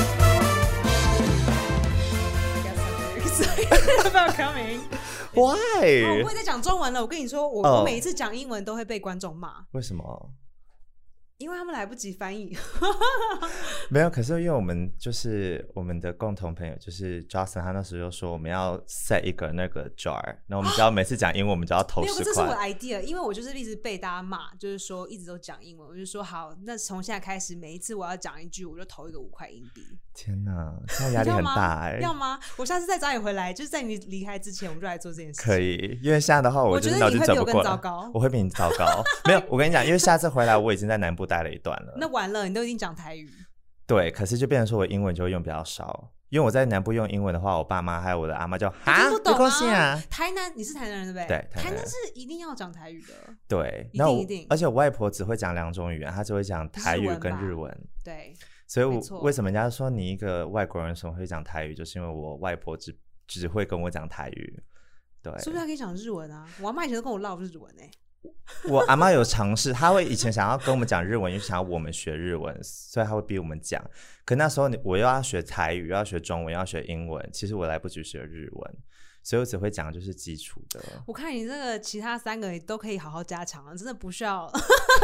哦我不 Why？会再讲中文了。我跟你说，我、哦我每一次讲英文都会被观众骂，为什么？因为他们来不及翻译。 没有，可是因为我们就是我们的共同朋友，就是 Justin，他那时候就说我们要 set 一个那个 jar，那我们只要每次讲英文，我们就要投没有，十这是我的块。 idea，因为我就是一直被大家骂，就是说一直都讲英文，我就说好，那从现在开始，每一次我要讲一句，我就投一个五块硬币，天哪，现在压力很大哎、你要吗？要吗？我下次再找你回来，就是在你离开之前，我们就来做这件事情。可以，因为现在的话，我就觉是得脑你筋会转比不我更过糟来糕，我会比你糟 糕。没有，我跟你讲，因为下次回来我已经在南部待了一段了。那完了，你都已经讲台语，对，可是就变成说我英文就会用比较少，因为我在南部用英文的话，我爸妈还有我的阿妈就你哈，听不没懂关系啊。台南，你是台南人对不对台南台人南是一定要讲台语的，对，一那定我一定而且我外婆只会讲两种语言，她只会讲台语跟日日文。对，所以没我错为什么人家说你一个外国人怎么会讲台语，就是因为我外婆只只会跟我讲台语。对，说不定还可以讲日文啊。我阿妈以前都跟我唠日文欸呢、我阿妈有尝试，她会以前想要跟我们讲日文，又想要我们学日文，所以她会逼我们讲。可那时候你我又要学台语，又要学中文，又要学英文，其实我来不及学日文，所以我只会讲就是基础的。我看你这个其他三个都可以好好加强了，真的不需要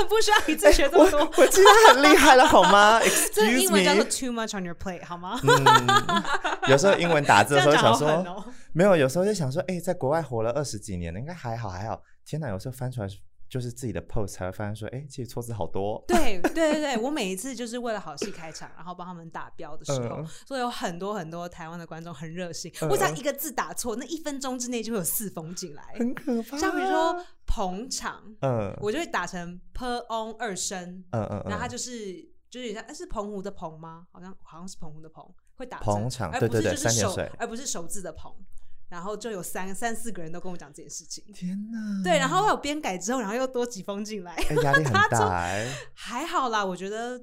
不需要一次学这么多。哎我记得很厉害了，好 吗这个？Excuse 英文叫做 me。 too much on your plate 好 吗？嗯，有时候英文打字这的时样候讲好想狠说，哦。没有，有时候就想说，哎、在国外活了二十几年了，应该还好还好。天哪，有时候翻出来就是自己的 post 才会发现说，哎、其实错字好多。对对对对，我每一次就是为了好戏开场，然后帮他们打标的时候，嗯所以有很多很多台湾的观众很热心。嗯我只要一个字打错，那一分钟之内就会有四封进来。很可怕。像比如说，捧场，嗯，我就会打成 per on 二声，嗯嗯嗯，然后它就是就是有点像，哎是澎湖的澎吗？好像好像是澎湖的澎，会打成捧场而对不是对对就是三点手，水而不是手字的捧。然后就有三三四个人都跟我讲这件事情，天哪，对，然后我有编改之后，然后又多几封进来， 哎压、力很大哎、还好啦，我觉得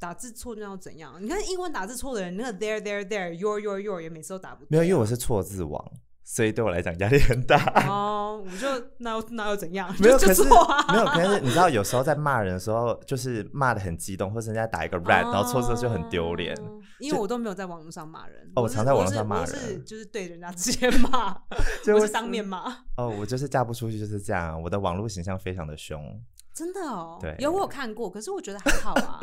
打字错那又怎样？你看英文打字错的人，那个 there there there your your your 也每次都打不对啊没有，因为我是错字王，所以对我来讲压力很 大。哦，我就那又那又怎样？没有，就可就是错啊，没有，可是你知道，有时候在骂人的时候，就是骂的很激动，或是人家打一个 red，、然后错字就很丢脸。 哦因为我都没有在网络上骂人，哦我是常在网络上是骂我是人就是对着人家直接骂，就我会是当面骂，哦，我就是嫁不出去就是这样，啊我的网络形象非常的凶。 真的哦。对有我有看过，可是我觉得还好 啊，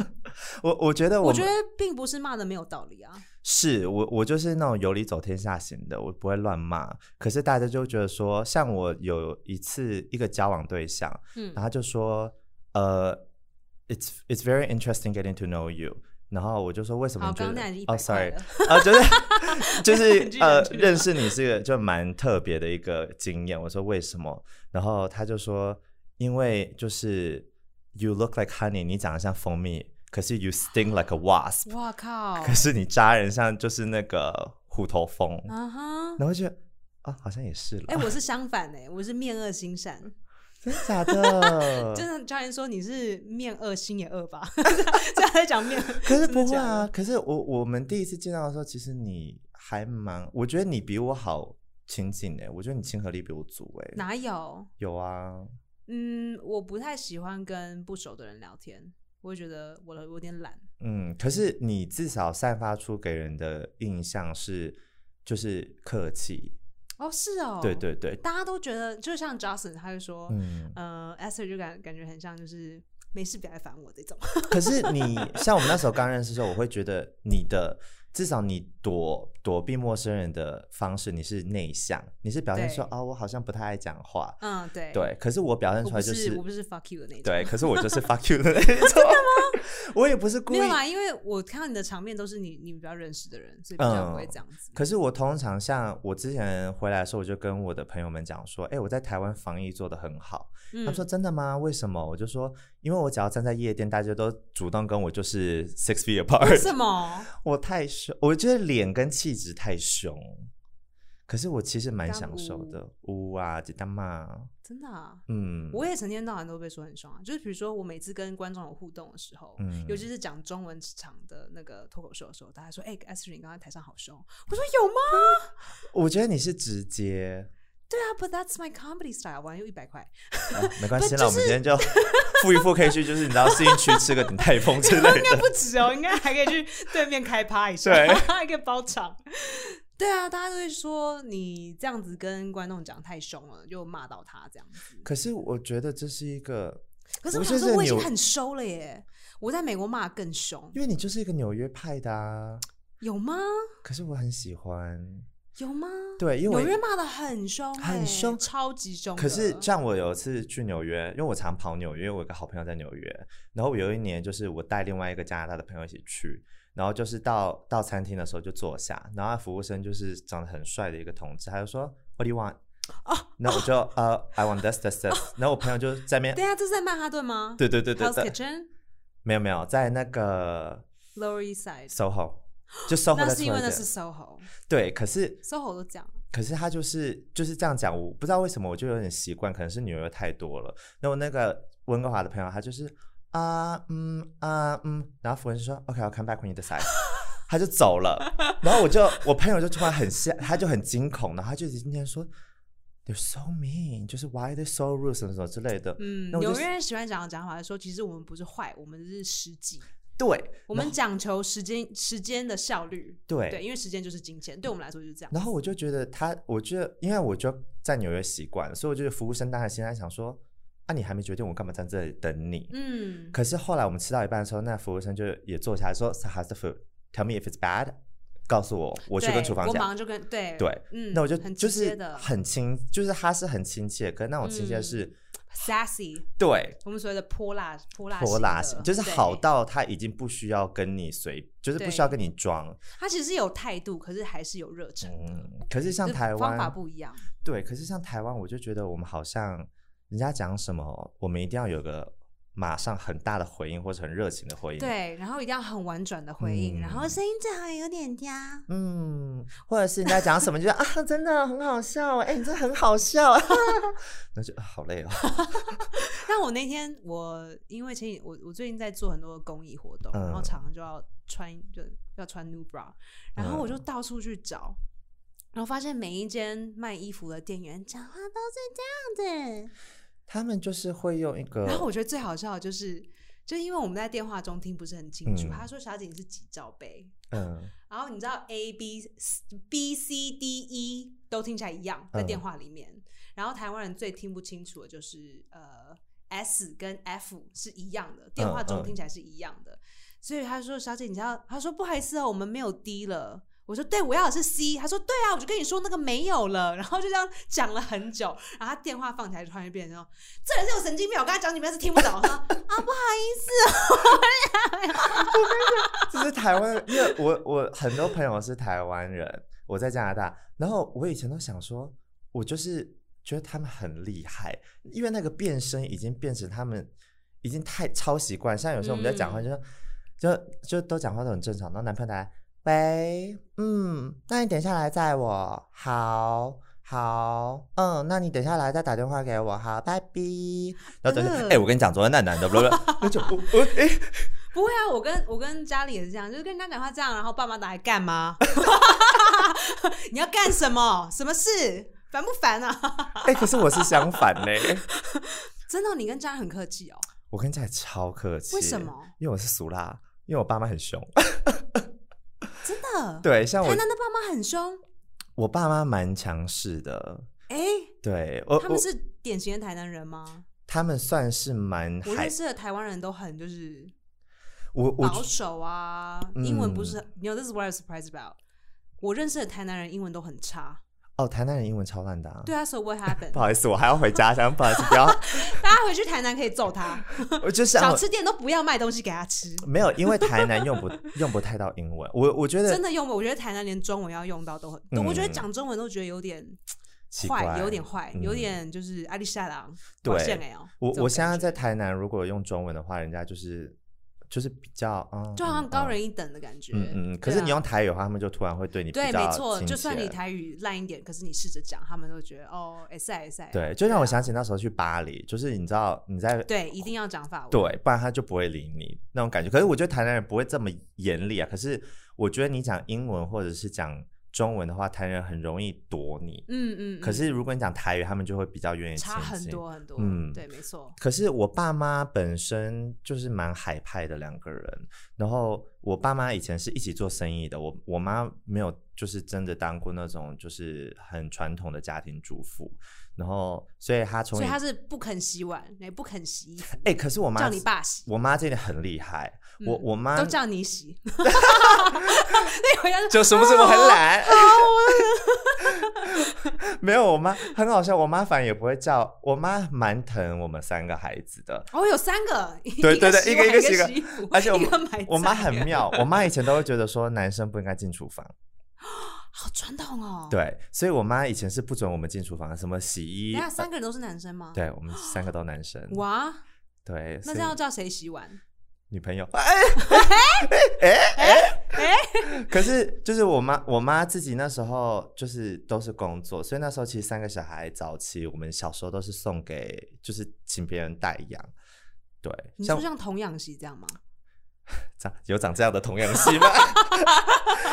我我觉得我我觉们得并不是骂的没有道理啊。是我，我就是那种有理走天下型的，我不会乱骂。可是大家就觉得说，像我有一次一个交往对象，嗯然后他就说，呃，it's it's very interesting getting to know you。然后我就说，为什么好，你觉刚刚得那一？百哦块，sorry，了，啊，就是 就是很啊居然呃，居然认识你是个就蛮特别的一个经验。我说为什么？然后他就说，因为就是 you look like honey，你长得像蜂蜜，可是 you sting like a wasp。 哇靠， 可是你扎人像就是那个虎头蜂，啊哈。然后就啊，好像也是了，哎、我是相反哎、我是面恶心善。嗯真的假 的？真的，教练说你是面恶心也恶吧？ 这样在讲面，可是真不的会假的啊，可是我我们第一次见到的时候，其实你还蛮，我觉得你比我好亲近哎、我觉得你亲和力比我足哎、哪有？有啊，嗯，我不太喜欢跟不熟的人聊天，我会觉得我有点懒。嗯，可是你至少散发出给人的印象是就是客气，哦，是哦，对，对对，大家都觉得，就像 Justin，他就说，。嗯呃，Esther 就感感觉很像就是没事别来烦我这种。可是你像我们那时候刚认识的时候，我会觉得你的至少你躲躲避陌生人的方式，你是内向，你是表现说对啊、我好像不太爱讲话， 嗯，对，，对。可是我表现我出不来就是我不是 fuck you 的那种。对，可是 我就是 fuck you 的那种。真的吗？我也不是故没意有。啊啦，因为我看到你的场面都是你你比较认识的人，所以比较不会嗯这样子。可是我通常像我之前回来的时候，我就跟我的朋友们讲说，哎、我在台湾防疫做得很好。嗯他们说真的吗？为什么？我就说，因为我只要站在夜店，大家都主动跟我就是 six feet 为 apart。什么？ 我太凶，我觉得脸跟气质太凶。可是我其实蛮享受的，呜啊，吉大妈， 真的啊？嗯，我也成天到晚都被说很爽啊，就是比如说我每次跟观众有互动的时候，嗯尤其是讲中文场的那个脱口秀的时候，大家说：“哎、a s t r 你刚刚台上好凶。”我说：“有吗我觉得你是直接，？”对啊，But that's my comedy style。完又一百块，啊没关系啦，我们今天就付一付，可以去就是你知道市运区吃个鼎 泰丰之类应该的。不止哦，应该还可以去对面开趴一下，对还可以包场。对啊，大家都会说你这样子跟观众讲太凶了，就骂到他这样子。可是我觉得这是一个，可是我我觉想得说，我已纽经很收了耶。我在美国骂得更凶，因为你就是一个纽约派的啊。有吗？可是我很喜欢，有吗？对，因有为我人骂的很凶耶，很凶哎超级凶的。可是像我有一次去纽约，因为我常跑纽约，因为我有个好朋友在纽约。然后我有一年就是我带另外一个加拿大的朋友一起去，然后就是到到餐厅的时候就坐下，然后他服务生就是长得很帅的一个同志，他就说 What do you want？那哦我就呃、I want this this this。然后我朋友就在那等边，一下啊这是在曼哈顿吗？对对对对 Hell's 对， Kitchen, 没有没有，在那个 Lower East Side， SOHO，就 SOHO 那在是因为那是 Toronto。 SOHO，SOHO 对，可是都这样。可是他就是就是这样讲，我不知道为什么，我就有点习惯，可能是纽约太多了。那我那个温哥华的朋友，他就是啊嗯啊嗯，然后服务生说 OK，I'll、come back when you decide，他就走 了。然后我就我朋友就突然很吓，他就很惊恐，然后他就今天说 They're so mean，就是 Why they so rude 什么什么之类的。嗯，那我就纽是约人喜欢讲讲法说，其实我们不是坏，我们是实际，对我们讲求时间时间的效率。对对，因为时间就是金钱，对我们来说就是这样。然后我就觉得他，我觉得因为我就在纽约习惯了，所以我觉得服务生当然现在想说啊，你还没决定，我干嘛站这里等你？嗯，可是后来我们吃到一半的时候，那服务生就也坐下来说，So how's the food? Tell me if it's bad，告诉我，我去对跟厨房我马讲。上就跟对对，嗯，那我就很就直接是的很亲，就是他是很亲切，可是那种亲切嗯是、 sassy，对我们所谓的泼辣泼辣泼型辣的型，就是对好到他已经不需要跟你随，就是不需要跟你装。他其实是有态度，可是还是有热忱的。嗯，可是像就是台方法湾，不一样，对，可是像台湾，我就觉得我们好像人家讲什么，我们一定要有个马上很大的回应或者很热情的回应。，对，然后一定要很婉转的回应，嗯然后声音最好有点嗲，嗯，或者是人家讲什么，就说啊，真的很好笑，哎、你真的很好笑， 那就啊好累哦。但我那天我因为前几我我最近在做很多公益活动，嗯然后常常就要穿就要穿 new bra，然后我嗯就到处去找，然后发现每一间卖衣服的店员讲话都是这样子。 他们就是会用一个，然后我觉得最好笑的就是，就是因为我们在电话中听不是很清楚，嗯他说小姐你是几罩杯，嗯，然后你知道 A B B C D E 都听起来一样，在嗯电话里面。然后台湾人最听不清楚的就是呃 S 跟 F 是一样的，电话中嗯听起来是一样的。所以他说：“小姐，你知道？”他说：“不好意思哦，我们没有 D 了。”我说：“对，我要的是 C。”他说：“对啊，我就跟你说那个没有了。”然后就这样讲了很久。然后他电话放起来，突然就变成说：“这人是有神经病，我跟他讲你们是听不懂。”我说：“啊，不好意思。”就是台湾，因为我我很多朋友是台湾人，我在加拿大，然后我以前都想说，我就是觉得他们很厉害，因为那个变声已经变成他们已经太超习惯，像有时候我们在讲话就说、就就都讲话都很正常，然后男朋友来，喂，嗯，那你等一下来载我，好。好，嗯，那你等一下来再打电话给我，好，拜拜。然后等一下，哎、嗯我跟你讲，昨天那男的，不不不，那就我我哎，不会啊，我跟我跟家里也是这样，就是跟人家讲话这样，然后爸妈打来干嘛？你要干什么？什么事？烦不烦啊？哎、可是我是相反嘞、真的哦、你跟家人很客气哦。我跟家里超客气，为什么？因为我是俗辣，因为我爸妈很凶。 真的。对，像我台南的爸妈很凶。我爸妈蛮强势的，哎、对我他们我是典型的台南人吗？他们算是蛮我海认识的台湾人都很就是我我保守啊，嗯英文不是很。You know this is what I was surprised about。我认识的台南人英文都很差。哦，台南人英文超烂的、啊，对啊，So what 不 happened？好意思，我还要回家乡，不好意思，不要，大家回去台南可以揍他，我就想小吃店都不要卖东西给他吃。没有，因为台南用不用不太到英文，我我觉得真的用，我觉得台南连中文要用到都很，嗯我觉得讲中文都觉得有点奇怪坏，有点坏，嗯有点就是阿里夏郎对抱歉哎哦，我这种我现在感觉在台南，如果用中文的话，人家就是就是比较嗯，就好像嗯高嗯人一等的感觉，嗯嗯嗯，可对是啊你用台语的话，他们就突然会对你比对，较没错，亲就算切你台语烂一点，可是你试着讲，他们都觉得哦，哎塞哎塞，对，就让我对啊想起那时候去巴黎，就是你知道你在对，一定要讲法文，对，不然他就不会理你那种感觉。可是我觉得台南人不会这么严厉啊。可是我觉得你讲英文或者是讲中文的话，台人很容易躲你。嗯嗯，可嗯是如果你讲台语，他们就会比较愿意差亲很近。多很多，嗯对，没错，可是我爸妈本身就是蛮海派的两个人，然后我爸妈以前是一起做生意的，我我妈没有就是真的当过那种就是很传统的家庭主妇，然后所以她从所以以他是不肯洗碗，也不肯洗衣服，哎、可是我妈叫你爸洗，我妈这点很厉害，我嗯我妈都叫你 洗， 那回家就就什么什么很啊懒， 没有我妈很好笑，我妈反而也不会叫，我妈蛮疼我们三个孩子的，哦，有三个，一对对对洗一个碗一个洗一一个洗衣服， 而且我一个买我妈菜很妙，我妈以前都会觉得说男生不应该进厨房。好传统哦，，对，所以我妈以前是不准我们进厨房，什么洗衣人，家三个人都是男生吗？，对我们三个都男生，哇，对，那所以这样叫谁洗碗？女朋友，哎哎 哎哎，可是就是我妈，我妈自己那时候就是都是工作，所以那时候其实三个小孩早期我们小时候都是送给就是请别人代养，对，你像说像童养媳这样吗？长有长这样的童养媳吗？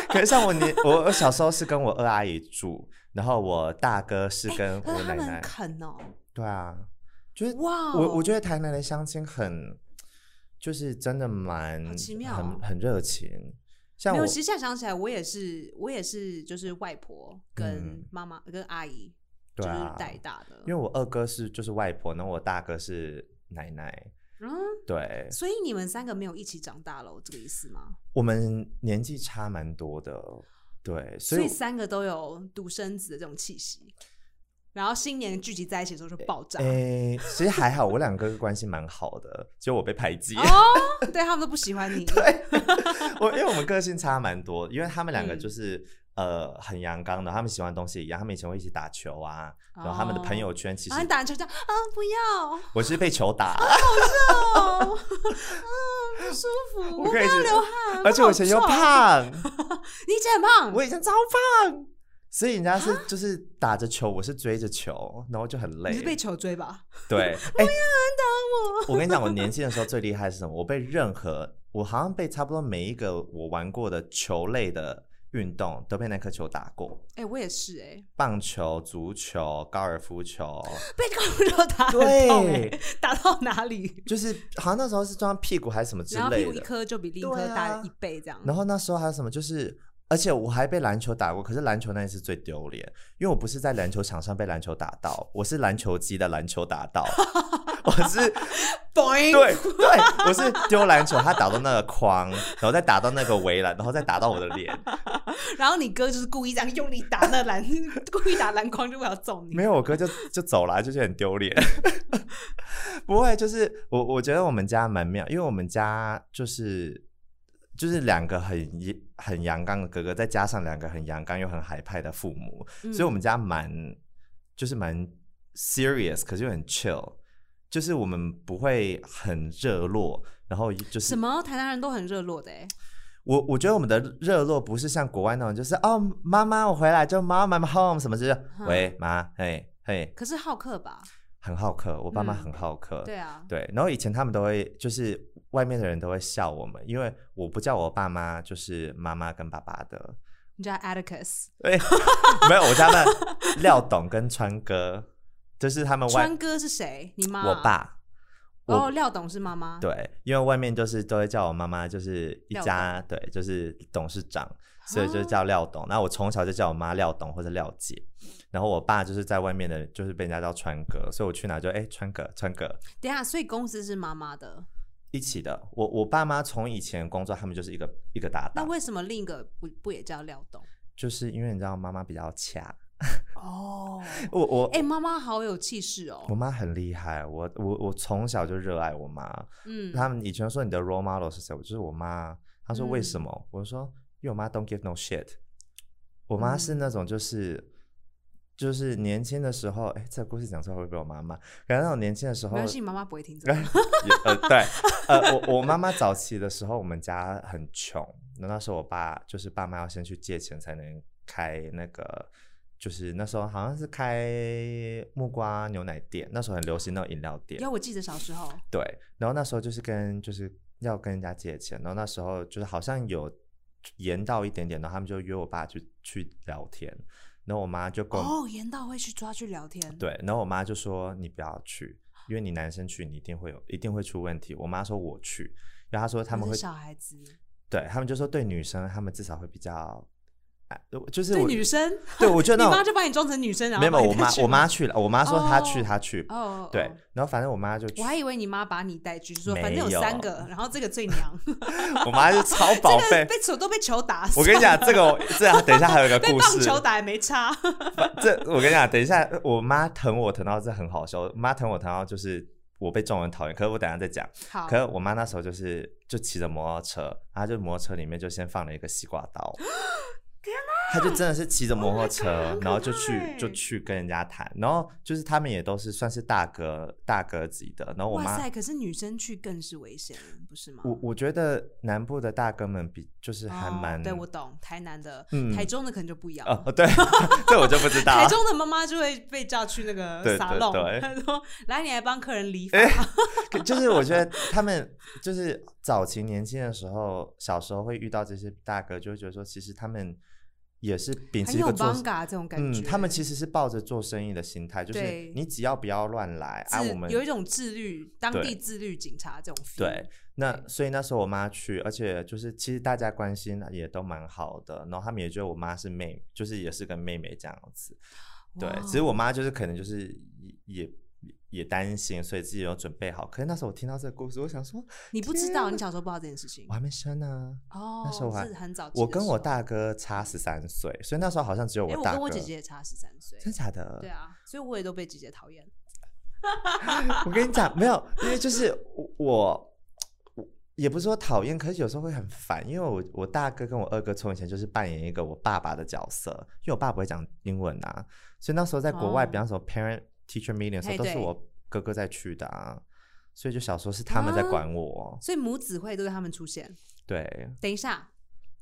可是像我年我我小时候是跟我二阿姨住，然后我大哥是跟但我是哎他奶们奶，肯哦，对啊，就是哇哦，我我觉得台南的相亲很，就是真的蛮好奇妙哦很很热情。像没我有，其实现在想起来，我也是，我也是，就是外婆跟嗯妈妈、跟阿姨，对啊就是带大的。因为我二哥是就是外婆，然后我大哥是奶奶。嗯，对，所以你们三个没有一起长大喽，这个意思吗？我们年纪差蛮多的。对，所所以以三个都有独生子的这种气息，然后新年聚集在一起的时候就爆炸。诶、其实还好，我两个关系蛮好的，就我被排挤。哦，对他们都不喜欢你，对， 我因为我们个性差蛮多，因为他们两个嗯就是、呃很阳刚的，他们喜欢的东西一样，他们以前会一起打球啊，然后他们的朋友圈其实然后你打篮球这样哦啊，不要 我是被球打。哦，啊，不舒服，我我不可以要直流汗，而且我以前又好臭， 胖，你以前很胖，我以前超胖，所以人家是就是打着球，我是追着球，然后就很累。你是被球追吧？ 对，哎、我跟你讲，我年轻的时候最厉害是什么？我被任何，我好像被差不多每一个我玩过的球类的运动都被那颗球打过，哎、我也是哎、棒球、足球、高尔夫球，被高尔夫球打很痛、欸，对，打到哪里？就是好像那时候是撞屁股还是什么之然后屁类股一的。颗就比另一颗对啊大一倍这样。然后那时候还有什么，就是而且我还被篮球打过，可是篮球那一次最丢脸，因为我不是在篮球场上被篮球打到，我是篮球机的篮球打到，我是 boing，对对，我是丢篮球，他打到那个框，然后再打到那个围栏，然后再打到我的脸，然后你哥就是故意这样用力打那篮， 故意打篮筐就为了揍你。没有我哥就就走了，就是很丢脸。 不会，就是我我觉得我们家蛮妙，因为我们家就是。就是两个很很阳刚的哥哥，再加上两个很阳刚又很海派的父母，嗯所以我们家蛮就是蛮 serious，可是又很 chill，就是我们不会很热络，然后就是什么台南人都很热络的哎、我我觉得我们的热络不是像国外那种，就是哦妈妈我回来就妈妈 I'm home 什么之类的，嗯喂妈嘿嘿，可是好客吧？很好客，我爸妈嗯很好客，对啊，对，然后以前他们都会就是外面的人都会笑我们，因为我不叫我爸妈就是妈妈跟爸爸的，你叫 Atticus，对，没有我家们廖董跟川哥，就是他们外川哥是谁？你妈？我。爸。我啊哦，廖董是妈妈。对，因为外面就是都会叫我妈妈，就是一廖啊家对，就是董事长，所以就叫廖董。那我从小就叫我妈廖董或者廖姐，然后我爸就是在外面的，就是被人家叫川哥，所以我去哪就哎、川哥川哥等一下，所以公司是妈妈的，一起的。我我爸妈从以前工作，他们就是一个一个搭那档，为什么另一个不不也叫廖董？就是因为你知道妈妈比较掐，哦，我我、哎、妈妈好有气势哦我。妈很厉害，我我我从小就热爱我妈，嗯，他们以前说你的 role model 是谁？我就是我妈。她说嗯为什么？我说因为我妈 don't give no shit。我妈嗯是那种就是、就是年轻的时候，哎，这个故事讲出来会被我妈骂。感觉那种年轻的时候没，关系，你妈妈不会听这也 个。呃对呃，我我妈妈早期的时候，我们家很穷，那那时候我爸就是爸妈要先去借钱才能开那个。就是那时候好像是开木瓜牛奶店，那时候很流行那种饮料店因为。我记得小时候，对，然后那时候就是跟就是要跟人家借钱，然后那时候就是好像有延到一点点，然后他们就约我爸去去聊天，然后我妈就跟我哦，严道会去抓去聊天，对，然后我妈就说你不要去，因为你男生去你一定会有一定会出问题。我妈说我去，然后她说他们我会是小孩子，对他们就说对女生他们至少会比较，哎就是对我女生，对我觉你得那种妈就把你装成女生，然后没有把你我带妈去我吗妈去了，我妈说她去哦她去，哦哦，哦对，然后反正我妈就去我，还以为你妈把你带去，就说反正没有有三个，然后这个最娘， 我妈就超宝 这个贝。被球都被球打死， 我跟你讲，这个我这样等一下还有一个 被故棒事，球打也没差，反这我跟你讲，等一下，我妈疼我疼到这很好笑。我妈疼我疼到就是我被众人讨厌，可是我等一下再讲。好可，是我妈那时候就是就骑着摩托车，然后就摩托车里面就先放了一个西瓜 刀。她就真的是骑着摩托车 Oh my god，然后就很可怕去欸就去跟人家谈，然后就是他们也都是算是大哥大哥级的，然后我哇妈塞，可是女生去更是危险，不是吗？我我觉得南部的大哥们比就是还蛮、哦、对我懂，台南的、嗯台中的可能就不一样。哦对， 这我就不知道。 台中的妈妈就会被叫去那个 对沙对龙，对哎她 说：“来，你来帮客人理发。可就是我觉得他们就是早期年轻的时候，小时候会遇到这些大哥，就会觉得说，其实他们也是秉持很一个有做帮，嘎这种感觉。嗯，他们其实是抱着做生意的心态，就是对你只要不要乱来啊，自我们有一种自律，当地对自律警察这种 feel 对，那对所以那时候我妈去，而且就是其实大家关系也都蛮好的，然后他们也觉得我妈是妹，就是也是个妹妹这样子，对哇，只是我妈就是可能就是也。也也担心，所以自己有准备好。可是那时候我听到这个故事，我想说，你不知道，你小时候不知道这件事情我还没生呢、哦，那时候我还是很早期的时候。我跟我大哥差十三岁，所以那时候好像只有哎，我大哥。跟我姐姐也差十三岁，真假的？对啊，所以我也都被姐姐讨厌。我跟你讲，没有，因为就是我我我也不是说讨厌，可是有时候会很烦，因为我我大哥跟我二哥从以前就是扮演一个我爸爸的角色，因为我爸不会讲英文啊，所以那时候在国外，哦比方说 parent teacher meeting 的时候，嘿都是对我哥哥在去的啊，所以就小时候是他们在啊管我，所以母子会都是他们出现。对。等一下，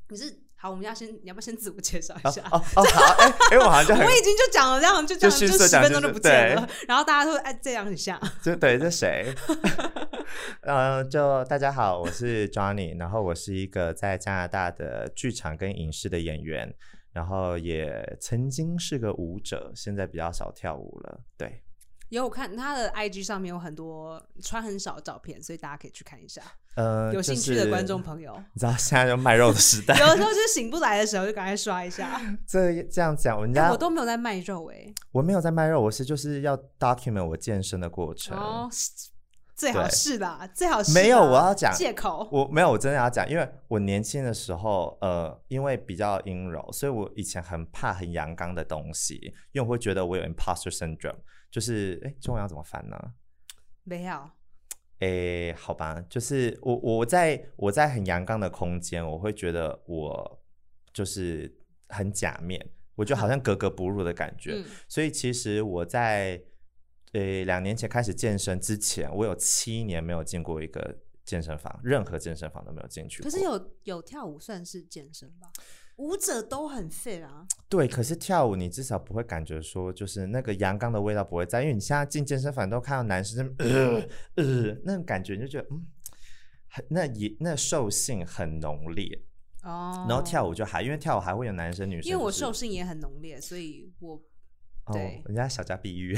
你是好，我们要先，你要不要先自我介绍一哦下？哦哦，好，哎、哎、我好像就很我已经就讲了这样，就这样，就就迅速十讲分钟就就是不见了。 然后大家都哎这样一下，就对，这谁？ 呃，就大家好，我是 Johnny，然后我是一个在加拿大的剧场跟影视的演员，然后也曾经是个舞者，现在比较少跳舞了。对，有我看他的 IG 上面有很多穿很少的照片，所以大家可以去看一下，呃，有兴趣的观众友， 朋友。你知道现在就卖肉的时代，有的时候就是醒不来的时候，就赶快刷一下。这这样讲，人哎、家我都没有在卖肉哎、我没有在卖肉，我是就是要 document 我健身的过程。哦，是最好对是啦，最好是没有啦我要讲借口。我没有，我真的要讲，因为我年轻的时候，呃，因为比较阴柔，所以我以前很怕很阳刚的东西，因为我会觉得我有 imposter syndrome，就是哎，中文要怎么翻呢？没有，哎，好吧，就是我我在我在很阳刚的空间，我会觉得我就是很假面，我就好像格格不入的感觉。嗯，所以其实我在呃两年前开始健身之前，我有七年没有进过一个健身房，任何健身房都没有进去可过。是有有跳舞算是健身吧？舞者都很 fit 啊，对，可是跳舞你至少不会感觉说就是那个阳刚的味道不会在，因为你现在进健身房都看到男生在那边呃呃那种感觉，你就觉得嗯。很那也那兽性很浓烈，哦，然后跳舞就还，因为跳舞还会有男生女生，因为我就是兽性也很浓烈，所以我哦对，人家小家 碧玉。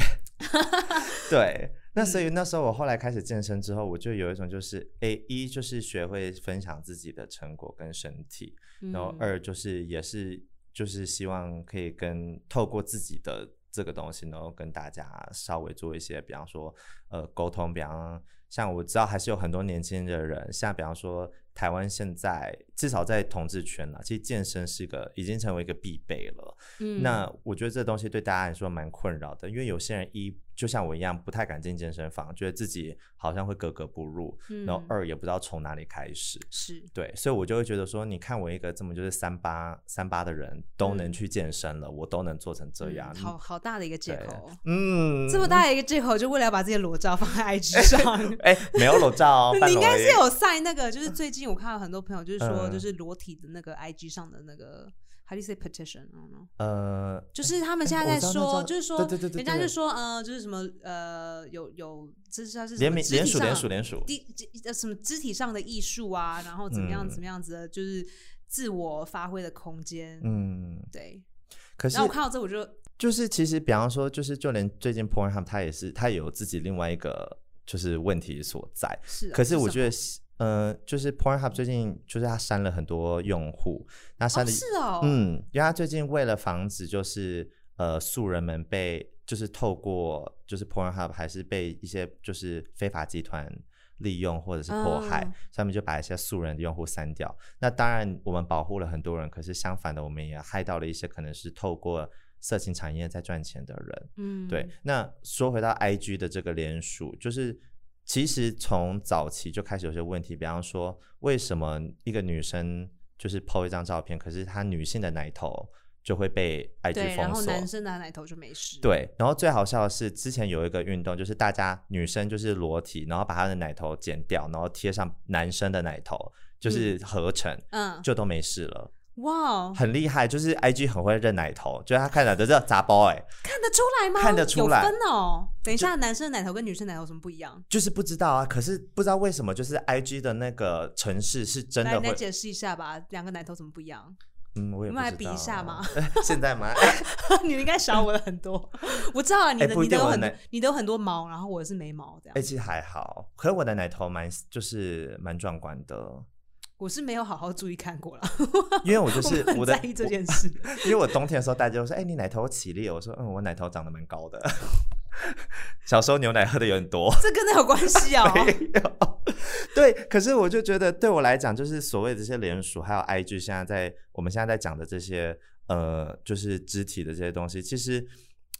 对，那所以嗯那时候我后来开始健身之后，我就有一种就是，诶，一就是学会分享自己的成果跟身体，嗯然后二就是也是就是希望可以跟透过自己的这个东西，然后跟大家稍微做一些，比方说呃沟通，比方像我知道还是有很多年轻的人，像比方说台湾现在至少在同志圈啦，其实健身是个已经成为一个必备了。嗯那我觉得这东西对大家来说蛮困扰的，因为有些人一就像我一样不太敢进健身房，觉得自己好像会格格不入，然后嗯二也不知道从哪里开始。是对，所以我就会觉得说，你看我一个这么就是三八三八的人都能嗯去健身了，我都能做成这嗯样，好好大的一个借对口。哦嗯，这么大的一个借口，就为了要把自己的裸照放 在 IG 上。哎，没有裸照哦，半 你应裸该而已是有晒那个，就是最近我看到很多朋友就是说，嗯就是裸体的那个 IG 上的那个，how do you say petition？I don't know 呃，就是他们现哎在我知在道说，那就是叫说，对对对对人家就对说，呃，就是什么，呃，有有，这是它是什联么名肢联体署上联署联署，第呃什么肢体上的艺术啊，然后怎么样嗯怎么样子的，就是自我发挥的空间。嗯，对。可是然后我看到这，我就就是其实，比方说，就是就连最近 Pornhub 它也是，它也有自己另外一个就是问题所在。是啊、可是我觉得得是，呃，就是 Pornhub 最近就是它删了很多用户，那删哦，的、是哦，嗯，因为它最近为了防止就是呃素人们被就是透过就是 Pornhub 还是被一些就是非法集团。利用或者是迫害，嗯所以他们就把一些素人的用户删掉。那当然，我们保护了很多人，可是相反的，我们也害到了一些可能是透过色情产业在赚钱的人。嗯，对，那说回到 IG 的这个联署，就是其实从早期就开始有些问题，比方说为什么一个女生就是 PO 一张照片，可是她女性的奶头就会被对， IG 然封后锁？男生拿奶头就没事，，对，然后最好笑的是，之前有一个运动，就是大家女生就是裸体，然后把她的奶头剪掉，然后贴上男生的奶头，就是合成，嗯，就都没事了，哇哦，很厉害。就是 IG 很会认奶头，就是他看奶头这杂包哎、看得出来吗？看得出来有分哦。等一下，男生的奶头跟女生奶头有什么不一样？就是不知道啊，可是不知道为什么，就是 I G 的那个城市是真来，的你来会，解释一下吧，两个奶头怎么不一样？ 嗯，我我也不知们道、来比一下 嘛。 现在吗？你应该少我的很多，我知道啊，你的、哎不你一的定有我的很多奶你的有很多毛，然后我是没毛这样哎、，其实还好，可是我的奶头蛮就是蛮壮观的，我是没有好好注意看过了，因为我 就是我们很的在意这件事。我因为我冬天的时候大家都说，哎、你奶头起立，我说嗯，我奶头长得蛮高的， 小时候牛奶喝的有点多。这跟那有关系哦。 没有， 对，可是我就觉得对我来讲，就是所谓的这些联署，还有 IG，现在在我们现在在讲的这些呃，就是肢体的这些东西，其实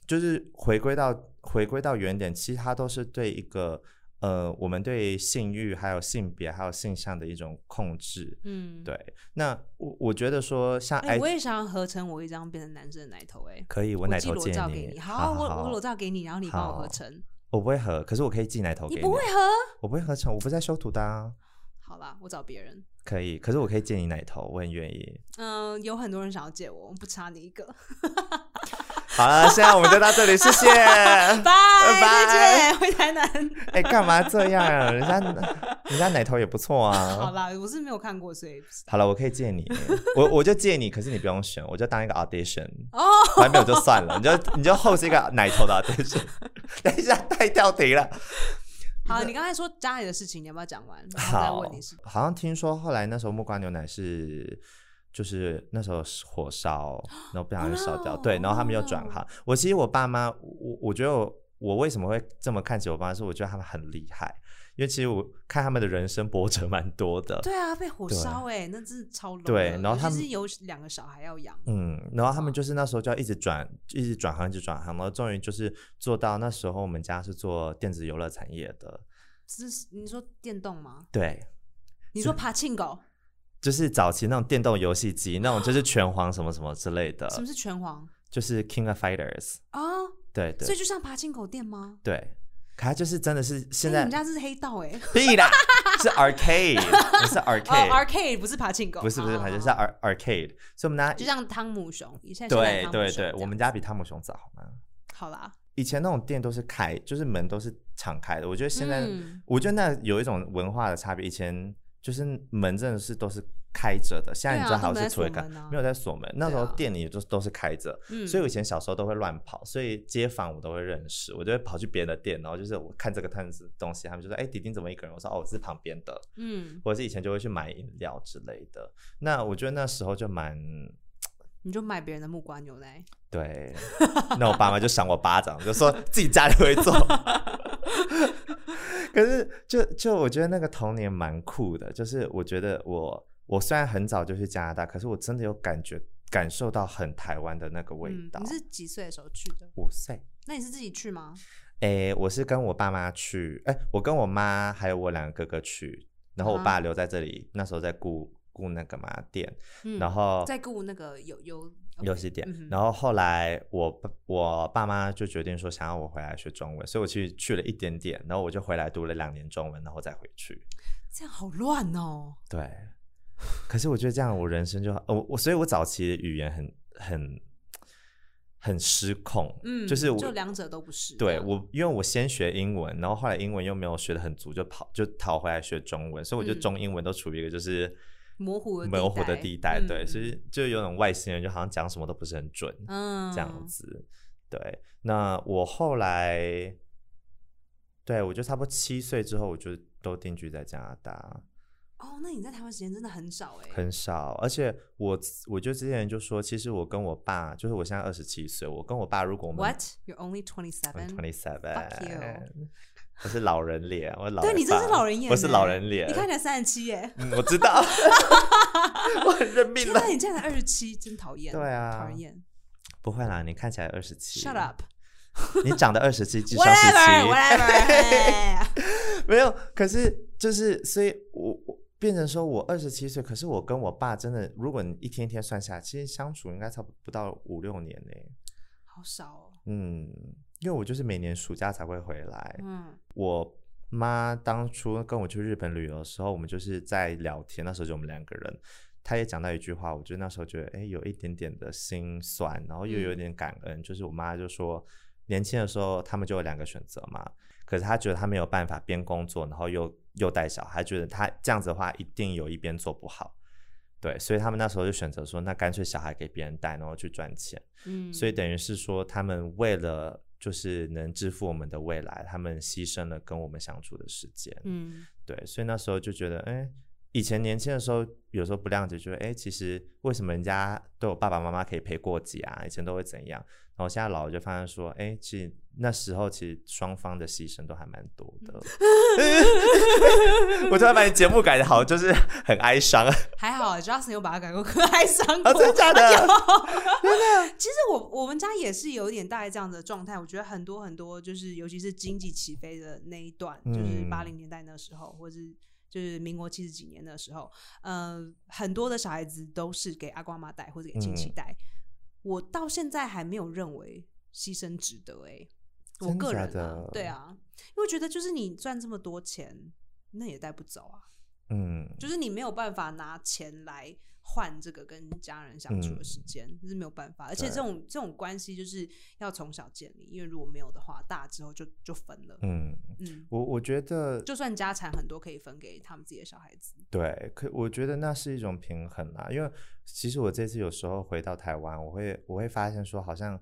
就是回归到回归到原点，其实它都是对一个呃，我们对性欲、还有性别、还有性向的一种控制。嗯，。对，那我我觉得说像哎、 I、我也想要合成我一张变成男生的奶头、哎，可以，我我奶寄头裸借照给你，好好，好我我好裸照给你，然后你帮我合好成，我不会合，可是我可以寄奶头给你你。不会啊合？我不会合成，我不是在修图的、啊。好啦，我找别人。可以，可是我可以借你奶头，我很愿意。嗯、有很多人想要借我，我不差你一 个。好了，现在我们就到这里，谢谢。 拜拜，再见，回台南。哎，干嘛这样啊？人 家人家奶头也不好错啊。啦，我是没有看过，所以不知道好了，我可以借你，我我就借你，可是你不用选，我就当一个 audition，哦，还没有就算了，你就你就 host 一个奶头的 audition。等 一下太掉题了。好，你刚才说家里的事情，你要不要讲完？然后再好问你是，好像听说后来那时候木瓜牛奶是。就是那时候是火烧，然后不小心烧掉 Oh no，对，然后他们又转 oh no 行。我其实我爸妈，我我觉得我我为什么会这么看起我爸妈，是我觉得他们很厉害，因为其实我看他们的人生波折蛮多的，对啊，被火对烧哎、那真是超 low 对的然尤后其他们是有两个小孩要养，嗯，然后他们就是那时候嗯就要一直转，一直转行，一直转行，然后终于就是做到那时候我们家是做电子游乐产业的，这是你说电动吗？对，你说爬庆狗？就是早期那种电动游戏机，那种就是拳皇什么什么之类 的，什么是拳皇就是 King of Fighters，啊？呃对所以对就像爬庆狗店吗？对，可他就是真的是现哎在你们家这是黑道哎、欸，屁啦，是 arcade，不是哦 arcade， ，arcade 不是爬庆狗，不是不是，好反好正是好 ar arcade，所以我们拿就像汤姆熊，你现在现在对的汤姆对熊这对，样我们家比汤姆熊早好吗？好啦，以前那种店都是开，就是门都是敞开的。我觉得现在，嗯我觉得那有一种文化的差别。以前就是门真的是都是开着的，现在对你啊知道好都没像是在除了锁开，门啊没有在锁门。那时候对啊店里都都是开着，嗯，所以我以前小时候都会乱跑，所以街坊我都会认识，我就会跑去别人的店，然后就是我看这个摊子东西，他们就说：“哎、迪丁怎么一个人？”我说：“哦，我是旁边的。”嗯，或者是以前就会去买饮料之类的。那我觉得那时候就蛮你就买别人的木瓜牛奶，对，那我爸妈就赏我巴掌，就说自己家里会做。 可是就就我觉得那个童年蛮酷的，就是我觉得我我虽然很早就去加拿大，可是我真的有感觉感受到很台湾的那个味嗯，道你。是几岁的时候去的？五岁、那你是自己去吗？诶，我是跟我爸妈去，诶，我跟我妈还有我两个哥哥去，然后我啊爸留在这里，那时候在顾顾那个嘛店，嗯，然后再雇那个有有嗯游戏点。然后后后来我爸我爸妈就决定说想要我回来学中文，所以我去去了一点点，然后我就回来读了两年中文，然后再回去。这样好乱哦，对， 可是我觉得这样我人生就呃我我所以我早期的语言很很很失控，嗯，就是我就两者都不是，对我，因为我先学英文，然后后来英文又没有学的很足，就跑就逃回来学中文，所以我觉得嗯中英文都处于一个就是模糊的模糊的地带，嗯对，所以就有种外星人，就好像讲什么都不是很准，嗯这样。子。对，那我后来，对我就差不多七岁之后，我就都定居在加拿大，哦，那你在台湾时间真的很少哎、很少。而且我我就之前就说，其实我跟我爸，就是我现在二十七岁，我跟我爸如果我们 What? You're only twenty seven. twenty Fuck you seven，我是老人脸，我老对人你真是爸老人眼、欸，我是老人脸，你看起来三十七耶。嗯，我 知道，我很认命天的哪，。你竟然才二十七，真讨厌。对啊讨人厌。不会啦，你看起来二十七。 Shut up. 你长得二十七，智商十 Whatever, 七。 whatever. 嘿 没有，可是就是，所以我我变成说我二十七岁，可是我跟我爸真的，如果你一天一天算下来，其实相处应该差不不到五六年呢、好少哦。嗯，因为我就是每年暑假才会回来。嗯我妈当初跟我去日本旅游的时候，我们就是在聊天，那时候就我们两个人。她也讲到一句话，我就那时候觉得，哎，有一点点的心酸，然后又有点感恩。就是我妈就说，年轻的时候他们就有两个选择嘛，可是她觉得她没有办法边工作，然后又又带小孩，她觉得她这样子的话一定有一边做不好，对，所以他们那时候就选择说，那干脆小孩给别人带，然后去赚钱。嗯，所以以等于是说，他们为了就是能支付我们的未来，他们牺牲了跟我们相处的时间。嗯对，所以那时候就觉得，哎，以前年轻的时候，有时候不谅解，觉得，哎，其实为什么人家对我爸爸妈妈可以陪过节啊？以前都会怎样？然后现在老了就发现说，哎，其实那时候其实双方的牺牲都还蛮多的。嗯 我突然把你节目改的好，就是很哀伤 啊，还好，Justin 有把他改过，可爱伤过。真的假 的？其实我我们家也是有一点大概这样子的状态。我觉得很多很多，就是尤其是经济起飞的那一段，就是嗯八零年代那时候，或者就是民国七十几年的时候，呃，很多的小孩子都是给阿公阿妈带或者给亲戚嗯带。我到现在还没有认为牺牲值得哎、我真个假人啊的，对啊，因为觉得就是你赚这么多钱，那也带不走啊。嗯，就是你没有办法拿钱来换这个跟家人相处的时间，这是没有办法。而且嗯对这种这种关系就是要从小建立，因为如果没有的话，大之后就就分了。嗯，嗯，我我觉得就算家产很多可以分给他们自己的小孩子，对，可我觉得那是一种平衡啦，因为其实我这次有时候回到台湾，我会我会发现说，好像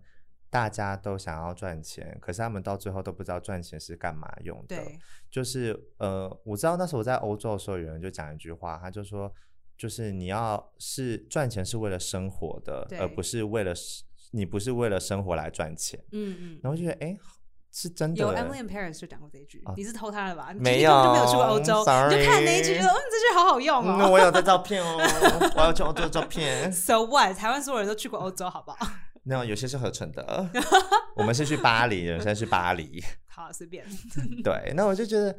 大家都想要赚钱，可是他们到最后都不知道赚钱是干嘛用的。对，就是呃，我知道那时候我在欧洲的时候，有人就讲一句话，他就说，就是你要是赚钱是为了生活的对，而不是为了是你不是为了生活来赚钱。嗯嗯。然后就觉得，哎，是真的有欸。 Emily in Paris 就讲过这一句，哦你是偷他的吧？你没根本就没有去过有欧洲， ，sorry 你就看了那一句，觉得嗯，这句好好用那哦。我有这照 片哦，我要去欧洲的照片。 So what？台湾所有人都去过欧洲，好不好？ 那有些是合成的，我们是去巴黎，有些是巴黎。好，随便。对，那我就觉得，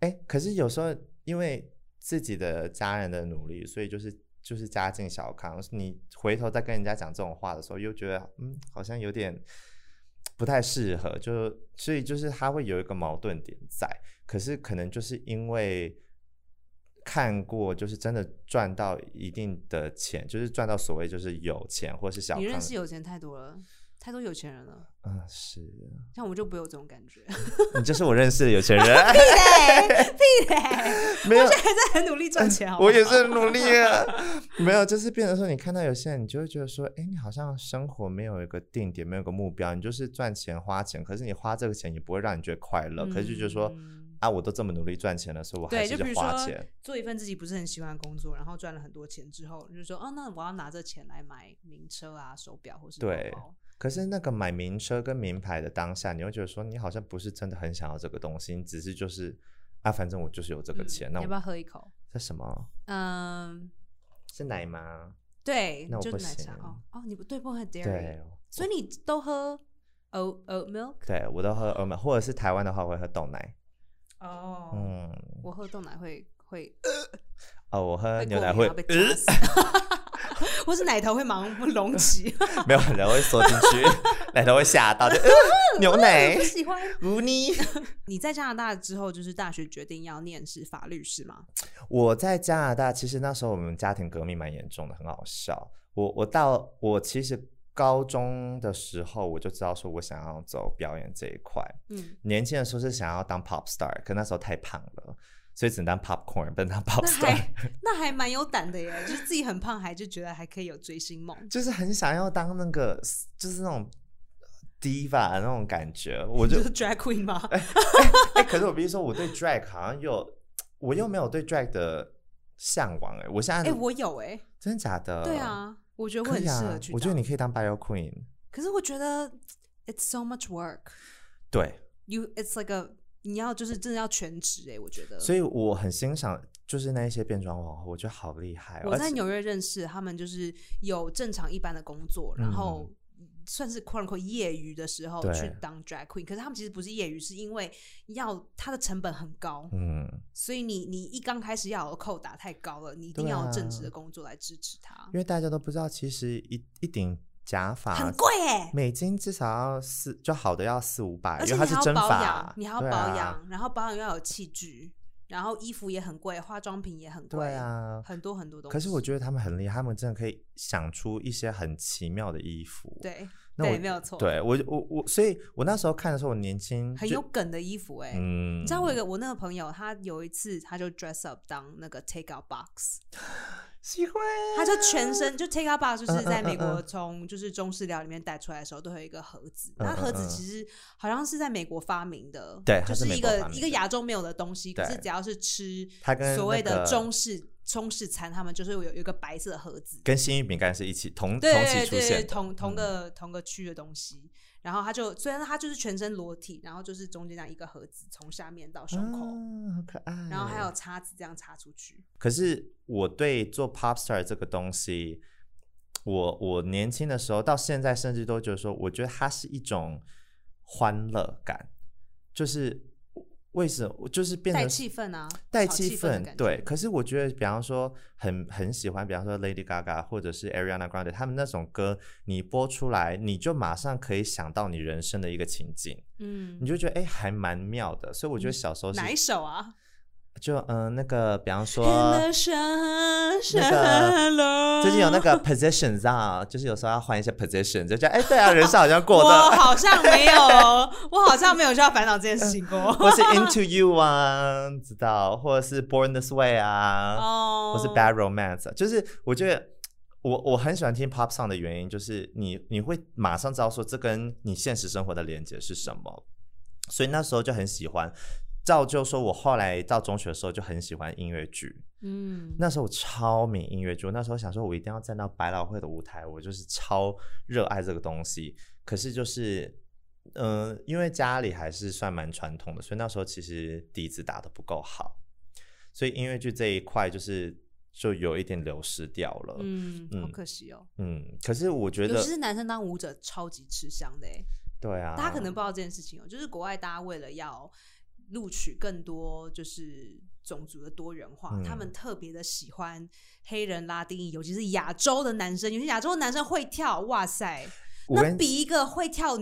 哎，可是有时候因为自己的家人的努力，所以就是就是家境小康。你回头再跟人家讲这种话的时候，又觉得嗯，好像有点不太适合，就所以就是他会有一个矛盾点在。可是可能就是因为看过，就是真的赚到一定的钱，就是赚到所谓就是有钱或是小康你的，认识有钱太多了，太多有钱人了，嗯是。像我们就不会有这种感觉。 你就是我认识的 有钱人，屁嘞，屁嘞！没有，还在很努力赚钱好不好 我也是很努力 啊。没有，就是变成说，你看到有些人，你就会觉得说，哎，你好像生活没有一个定点，没有一个目标，你就是赚钱花钱，可是你花这个钱也不会让你觉得快乐，可是就觉得说，嗯啊，我都这么努力赚钱了，所以我还对，是就比如去说花钱。做一份自己不是很喜欢的工作，然后赚了很多钱之后，你就说，哦，那我要拿这钱来买名车啊、手表或是包对包。可是那个买名车跟名牌的当下，你会觉得说，你好像不是真的很想要这个东西，你只是就是啊，反正我就是有这个嗯钱，那要不要我喝一口？这什么嗯，是奶吗？对，那我就不奶茶行哦哦，你不对，不喝 dairy，对。所以你都喝 oat oat milk 对，我都喝 o a 或者是台湾的话，我会喝豆奶。哦，嗯，我喝豆奶会会哦，我喝会牛过奶敏会然后呃被扎死，或是奶头会马上隆起，没有，奶头会缩进 去，奶头会吓到，就、呃、牛奶不 喜欢。无尼。你在加拿大之后，就是大学决定要念是法律是吗？我在加拿大，其实那时候我们家庭革命蛮严重的，很好笑。我我到我其实高中的时候，我就知道说我想要走表演这一块。嗯，年轻的时候是想要当 pop star，可那时候太胖了，所以只能当 popcorn，不能当 pop 那 star，还那还蛮有胆的耶，就是自己很胖，还就觉得还可以有追星梦。就是很想要当那个就是那种呃 diva 那种感觉，我就就是 drag queen 吗？ 哎、可是我必须说，我对 drag 好像又，我又没有对 drag 的向往哎、我现在、哎、我有哎、真的假的？对，啊，我觉得我呃很可以适啊合去、，我觉得你，可以当 bio queen，可是我觉得 it's so much work。对， You it's like a 你要就是真的要全职哎、我觉得。所以我很欣赏就是那一些变装皇后，我觉得好厉害、哦。我而在且纽约认识他们，就是有正常一般的工作，嗯然后算是 quote unquote 业余的时候对去当 drag queen。可是他们其实不是业余，是因为要它的成本很高，嗯，所以你你一刚开始要有扣打太高了，你一定对要有啊正职的工作来支持它因，为大家都不知道，其实一一顶假发很贵哎、美金至少要四，就好的要四五百，而因且你为它是还要真保发养，，你还要对保啊养，然后保养要有器具，然后衣服也很贵，化妆品也很贵，对，啊。很多很多东西。可是我觉得他们很厉害，他们真的可以想出一些很奇妙的衣服。对那我对没有错，，对我我我，所以我那时候看的时候，我年轻很就有梗的衣服哎、嗯，你知道我有一个我那个朋友，他有一次他就 dress up 当那个 take out box，喜欢，他就全身就 take out box 就是嗯嗯在嗯美国嗯从就是中式料理里面带出来的时候都会有一个盒子，嗯那盒嗯子嗯其实好像是在美国发明的，对就它是美一国个发明一个的亚洲没有的东西，可是对只要是吃它跟所谓那的个中式中式餐，他们就是有有一个白色的盒子，跟幸运饼干是一起同对同期对出对对，现嗯的，同同个、同个区的东西。然后他就虽然他就是全身裸体，然后就是中间这样一个盒子，从下面到胸口，啊好可爱。然后还有，叉子这样插出去。可是我对做 pop star 这个东西，我我年轻的时候到现在，甚至都觉得说，我觉得它是一种欢乐感，就是为什么就是变带成气氛啊，带炒气气氛的氛，感对。觉可是我觉得，比方说很很喜欢，比方说 Lady Gaga 或者是 Ariana Grande，他们那种歌，你播出来，你就马上可以想到你人生的一个情景，嗯你，就觉得哎、诶还蛮妙的。所以我觉得小时候是、哪一首啊？就嗯、呃那个，比方说 In the sunshine 最啊近有那个 positions 啊，就是有时候要换一些 position，就觉得哎、诶对啊，人生好像过我的，好像没有 哦，我好像没有需要烦恼这件事情过。或是 Into You 啊，知道，或者是 Born This Way 啊，哦，或是 Bad Romance，啊就是我觉得我我很喜欢听 pop song 的原因，就是你你会马上知道说这跟你现实生活的连接是什么，所以那时候就很喜欢。造就说，我后来到中学的时候就很喜欢音乐剧，嗯，那时候我超迷音乐剧，我那时候想说我一定要站到百老汇的舞台，我就是超热爱这个东西。可是就是，嗯、因为家里还是算蛮传统的，所以那时候其实底子打得不够好，所以音乐剧这一块就是就有一点流失掉了。嗯嗯，好嗯可惜哦。可是我觉尤得其，是男生当舞者超级吃香的哎，对啊，大家可能不知道这件事情哦，就是国外大家为了要录取更多就是种族的多元化，嗯他们特别的喜欢黑人、拉丁裔，尤其是亚洲的男生，尤其亚洲的男生会跳，哇塞，我那跟比一个会跳，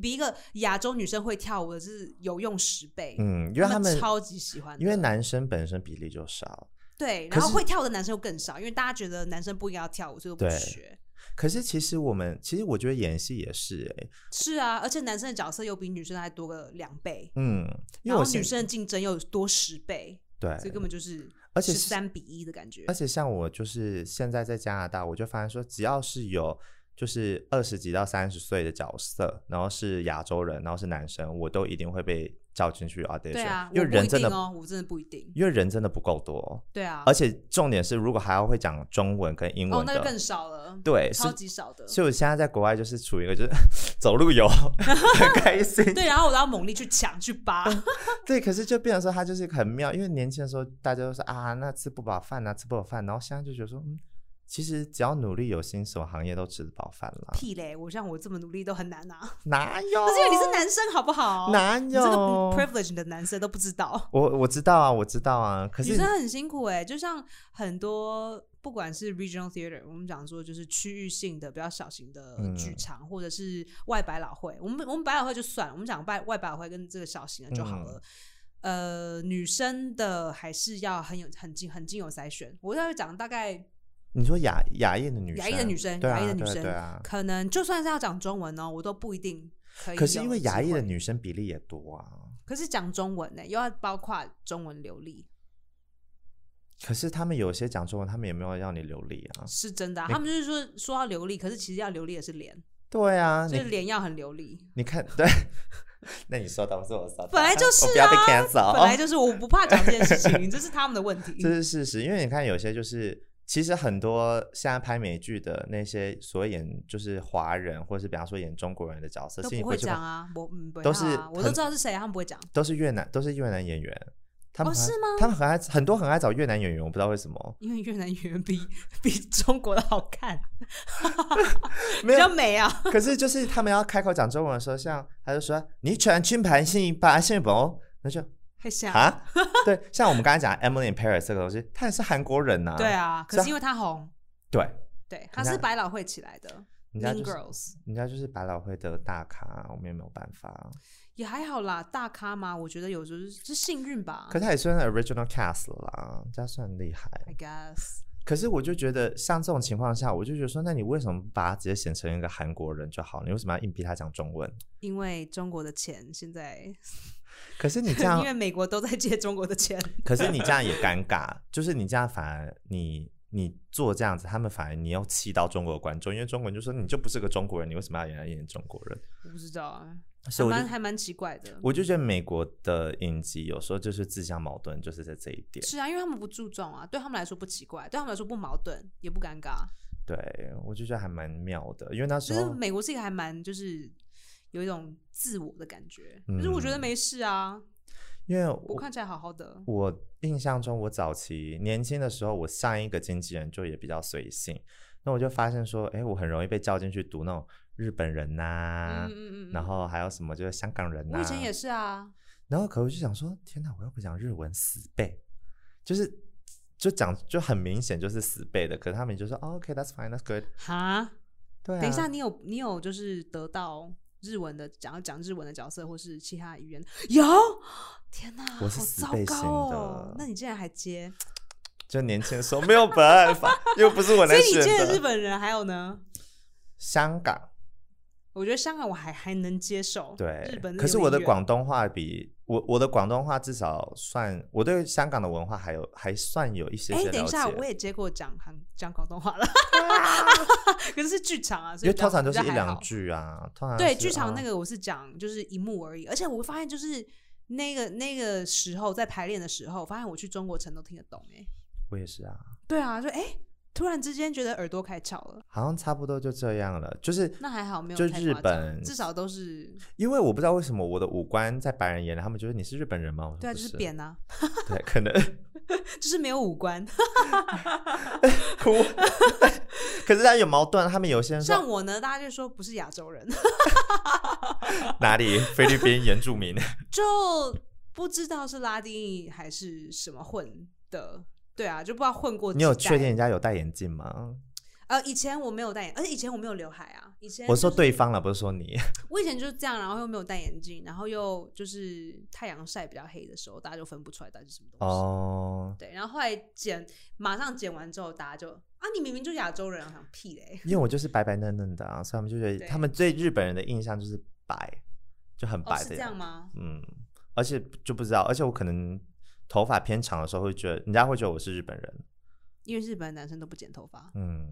比一个亚洲女生会跳舞的是有用十倍。嗯，因为他们超级喜欢的，因为男生本身比例就少，对，可然后是会跳的男生又更少，因为大家觉得男生不应该要跳舞，所以都不对学。可是其实我们其实我觉得演戏也是、欸，是啊，而且男生的角色又比女生还多个两倍，嗯，因然为后我女现生的竞争又多十倍，对所以根本就是而且是三比一的感觉而。且像我就是现在在加拿大，我就发现说，只要是有就是二十几到三十岁的角色，然后是亚洲人，然后是男生，我都一定会被叫进去 audition，对啊，因为我不人一真的、定哦，我真的不一定。因为人真的不够多，对啊，而且重点是如果还要会讲中文跟英哦文，那的，就更少了，对，是超。级少的。所以我现在在国外就是处于一个就是 走路 游很开心，对，然后我要猛力去抢去扒，对，可是就变成说它就是一个很妙，因为年轻的时候大家都说啊，那吃不饱饭啊，吃不饱饭，然后现在就觉得说，嗯，其实只要努力，有心，什么行业都吃得饱饭啦， 屁嘞！我像我这么努力都很难 啊，哪有？那是因为你是男生好不好？哪你这个有？ privilege 的男生都不知道。我我知道啊，我知道啊，可女是生很辛苦哎、就像很多不管是 regional theater，我们讲说就是区域性的比较小型的嗯剧场，或者是外百老汇，我们我们百老汇就算了，我们讲外外百老汇跟这个小型的就好嗯了。呃，女生的还是要很有很精很精有筛选。我要讲大概你说雅雅艳的女生，雅裔的女生，对雅啊，裔的女对啊生，对啊。可能就算是要讲中文哦，我都不一定可以。可是因为雅裔裔的，女生比例也多啊，欸可是讲中文呢、又要包括中文流利，可是他们有些讲中文，他们也没有让你流利啊。是真的啊、你他们就是说说要流利，可是其实要流利也是脸，对啊，就是你脸要很流利。你看，对， 那你说的不是我说的，本来就是啊我不要被 cancel，哦本来就是我不怕讲这件事 情，这是他们的问题这。是事实，因为你看有些就是，其实很多现在拍美剧的那些所谓演就是华人，或是比方说演中国人的角色，都其实你不会去讲看，啊，我嗯不会都啊是我都很知道是谁，他们不会讲。都是越南，都是越南演员。他们哦很是吗他们很爱很多很爱找越南演员，我不知道为什 么。因为越南语言比比中国的好看， 没比较有，美啊！可是就是他们要开口讲中文的时候，像他就说你全军盘信八信不，那就还想啊，对，像我们刚才讲 Emily in Paris 这个东西，他也是韩国人呐、对，啊，可这是因为他红，对，对，他看是百老汇起来的人家 Mean 就是 Girls 人家就是百老汇的大咖，啊我们也没有办哦法。也还好啦，大咖嘛，我觉得有时候是是幸运吧可。他也算 original cast 了啦，这样算厉害。 I guess 可是我就觉得，像这种情况下，我就觉得说，那你为什么不把他直接写成一个韩国人就好？你为什么要硬逼他讲中文？因为中国的钱现在，可是你这 因样为，美国都在借中国的钱，可是你这样也尴尬，就是你这样反而你你做这样子，他们反而你又气到中国的观众，因为中国人就说你就不是个中国人，你为什么要演来演中国人？我不知道啊，还所以我蛮就还蛮奇怪的。我就觉得美国的影集有时候就是自相矛盾，就是在这一点。是啊，因为他们不注重啊，对他们来说不奇怪，对他们来说不矛盾，也不尴尬。对，我就觉得还蛮妙的，因为那时就候是美国是一个还蛮就是有一种自我的感觉，嗯就是我觉得没事啊，因为我我看起来好好的。我印象中，我早期年轻的时候，我上一个经纪人就也比较随性，那我就发现说，哎，我很容易被叫进去读那种日本人呐、嗯嗯嗯，啊然后还有什么就是香港人呐、我以前也是啊，然后可我就想说，天哪，我又不讲日文死背，就是就讲就很明显就是死背的，可是他们就说、哦、，OK，that's、fine，that's good，哈，对啊，等一下，你有你有就是得到日文的讲讲日文的角色，或是其他语言有？天哪，我是好死糟背糕型哦的！那你竟然还接，就年轻的时候没有办法，又不是所我能以你选接的日本人还有呢？香港我觉得香港我还还能接受，对，日本可是我的有点远广东话比我我的广东话至少算我对香港的文化还有还算有一些哎、些了解。等一下，我也接过讲韩讲广东话了， 可是是剧场啊，所因以为通常都比是较一还两好。句啊，通常对，是剧场那啊个我是讲就是一幕而已，而且我发现就是那个那个时候在排练的时候，我发现我去中国城都听得懂哎、我也是啊，对啊，就哎、突然之间觉得耳朵开窍了，好像差不多就这样了。就是那还好没有就太日夸张本嗯至少都是因为我不知道为什么我的五官在白人眼里，他们觉得你是日本人吗？我说对啊，不就是是，扁啊， 对，可能就是没有五官。哭。可是他有矛盾，他们有些人说像我呢，大家就说不是亚洲人，哪 里菲律宾原住民，就不知道是拉丁裔还是什么混的。对啊，就不知道混过。你有确定人？家有戴眼镜吗？呃，以前我没有戴眼，而且以前我没有刘海啊。以前、我说，对方了，不是说你。我以前就是这样，然后又没有戴眼镜，然后又就是太阳晒比较黑的时候，大家就分不出来到底是什么东西。哦，对，然后后来剪，马上剪完之后，大家就啊，你明明就亚洲人，我想屁欸 嘞，因为我就是白白嫩嫩的啊，所以他们就觉对得他们对日本人的印象就是白，就很哦，白是的这样样子。吗？嗯，而且就不知道，而且我可能头发偏长的时候会觉得，人家会觉得我是日本人。因为日本男生都不剪头发，嗯，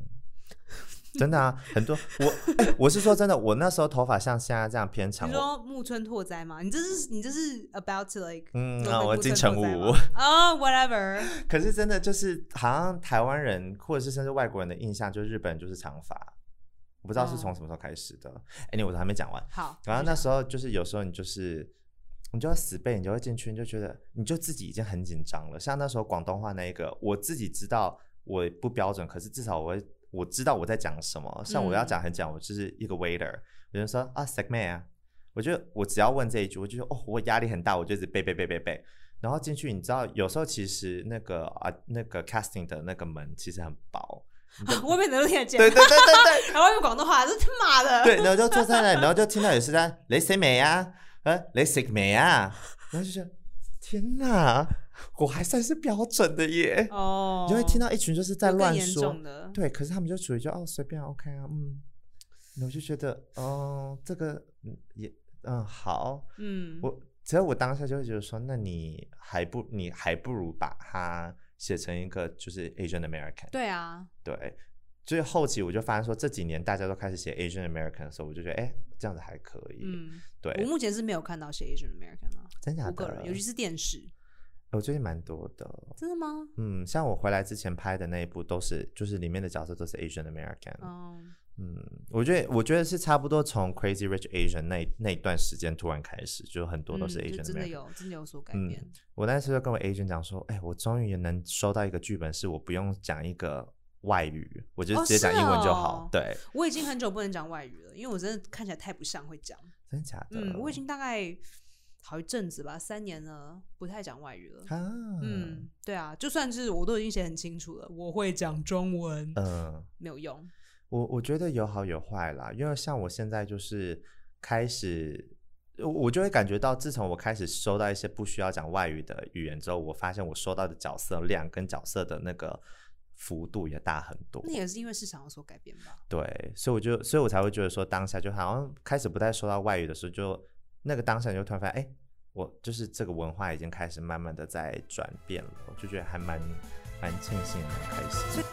真的啊，很多我、哎，我是说真的，我那时候头发像现在这样偏长你，我说木村拓哉吗？你这是你这是 about to like 嗯做啊回我木金村拓城哉 武吗啊、w h a t e v e r 可是真的就是好像台湾人或者是甚至外国人的印象，就是日本人就是长发。我不知道是从哦什么时候开始的，哎、你我还没讲完。好，然后 啊那时候就是有时候你就是你就要死背，你就会进去，你就觉得你就自己已经很紧张了。像那时候广东话那一个，我自己知道我不标准，可是至少我会我知道我在讲什么。像我要讲很讲，我就是一个 waiter，我就说啊 s e g m e 啊，我就我只要问这一句，我就说哦，我压力很大，我就一直背背背背背。然后进去，你知道有时候其实那个啊那个 casting 的那个门其实很薄，外面的都听得见， 对对对对对，然后用广东话，这 他妈的， 对，然后就坐在那里，然后就听到有是在雷谁美啊，呃，雷谁美啊，然后就觉得天哪，我还算是标准的耶，哦，你就会听到一群就是在有更乱严说重，的，对，可是他们就属于就哦随便 OK 啊，嗯，我就觉得哦这个嗯也嗯好，嗯，我只要我当下就会觉得说，那你还不你还不如把它写成一个就是 Asian American。对啊，对，所以后期我就发现说，这几年大家都开始写 Asian American 的时候，我就觉得哎、这样子还可以。嗯，我对，目前是没有看到写 Asian American 啊，真假我个人，的？尤其是电视，我最近蛮多的。真的吗？嗯，像我回来之前拍的那一部，都是就是里面的角色都是 Asian American。嗯，嗯，我觉得我觉得是差不多从 Crazy Rich Asian 那那一段时间突然开始，就很多都嗯是就 Asian 真 American。的有，真的有所改嗯变。我那时候就跟我 agent 讲说，哎、我终于也能收到一个剧本，是我不用讲一个外语，我就哦直接讲是英文就哦好。对，我已经很久不能讲外语了，因为我真的看起来太不像会讲。真假的？嗯，我已经大概好一阵子吧，三年了，不太讲外语了。啊，嗯嗯，对啊，就算是我都已经写很清楚了，我会讲中文，嗯，没有用。我我觉得有好有坏啦，因为像我现在就是开始。我我就会感觉到，自从我开始收到一些不需要讲外语的语言之后，我发现我收到的角色量跟角色的那个幅度也大很多。那也是因为市场有所改变吧？对，所以我就，所以我才会觉得说，当下就好像开始不太说到外语的时候就，那个当下你就突然发现，哎，我就是这个文化已经开始慢慢的在转变了，我就觉得还蛮蛮庆幸，蛮开心。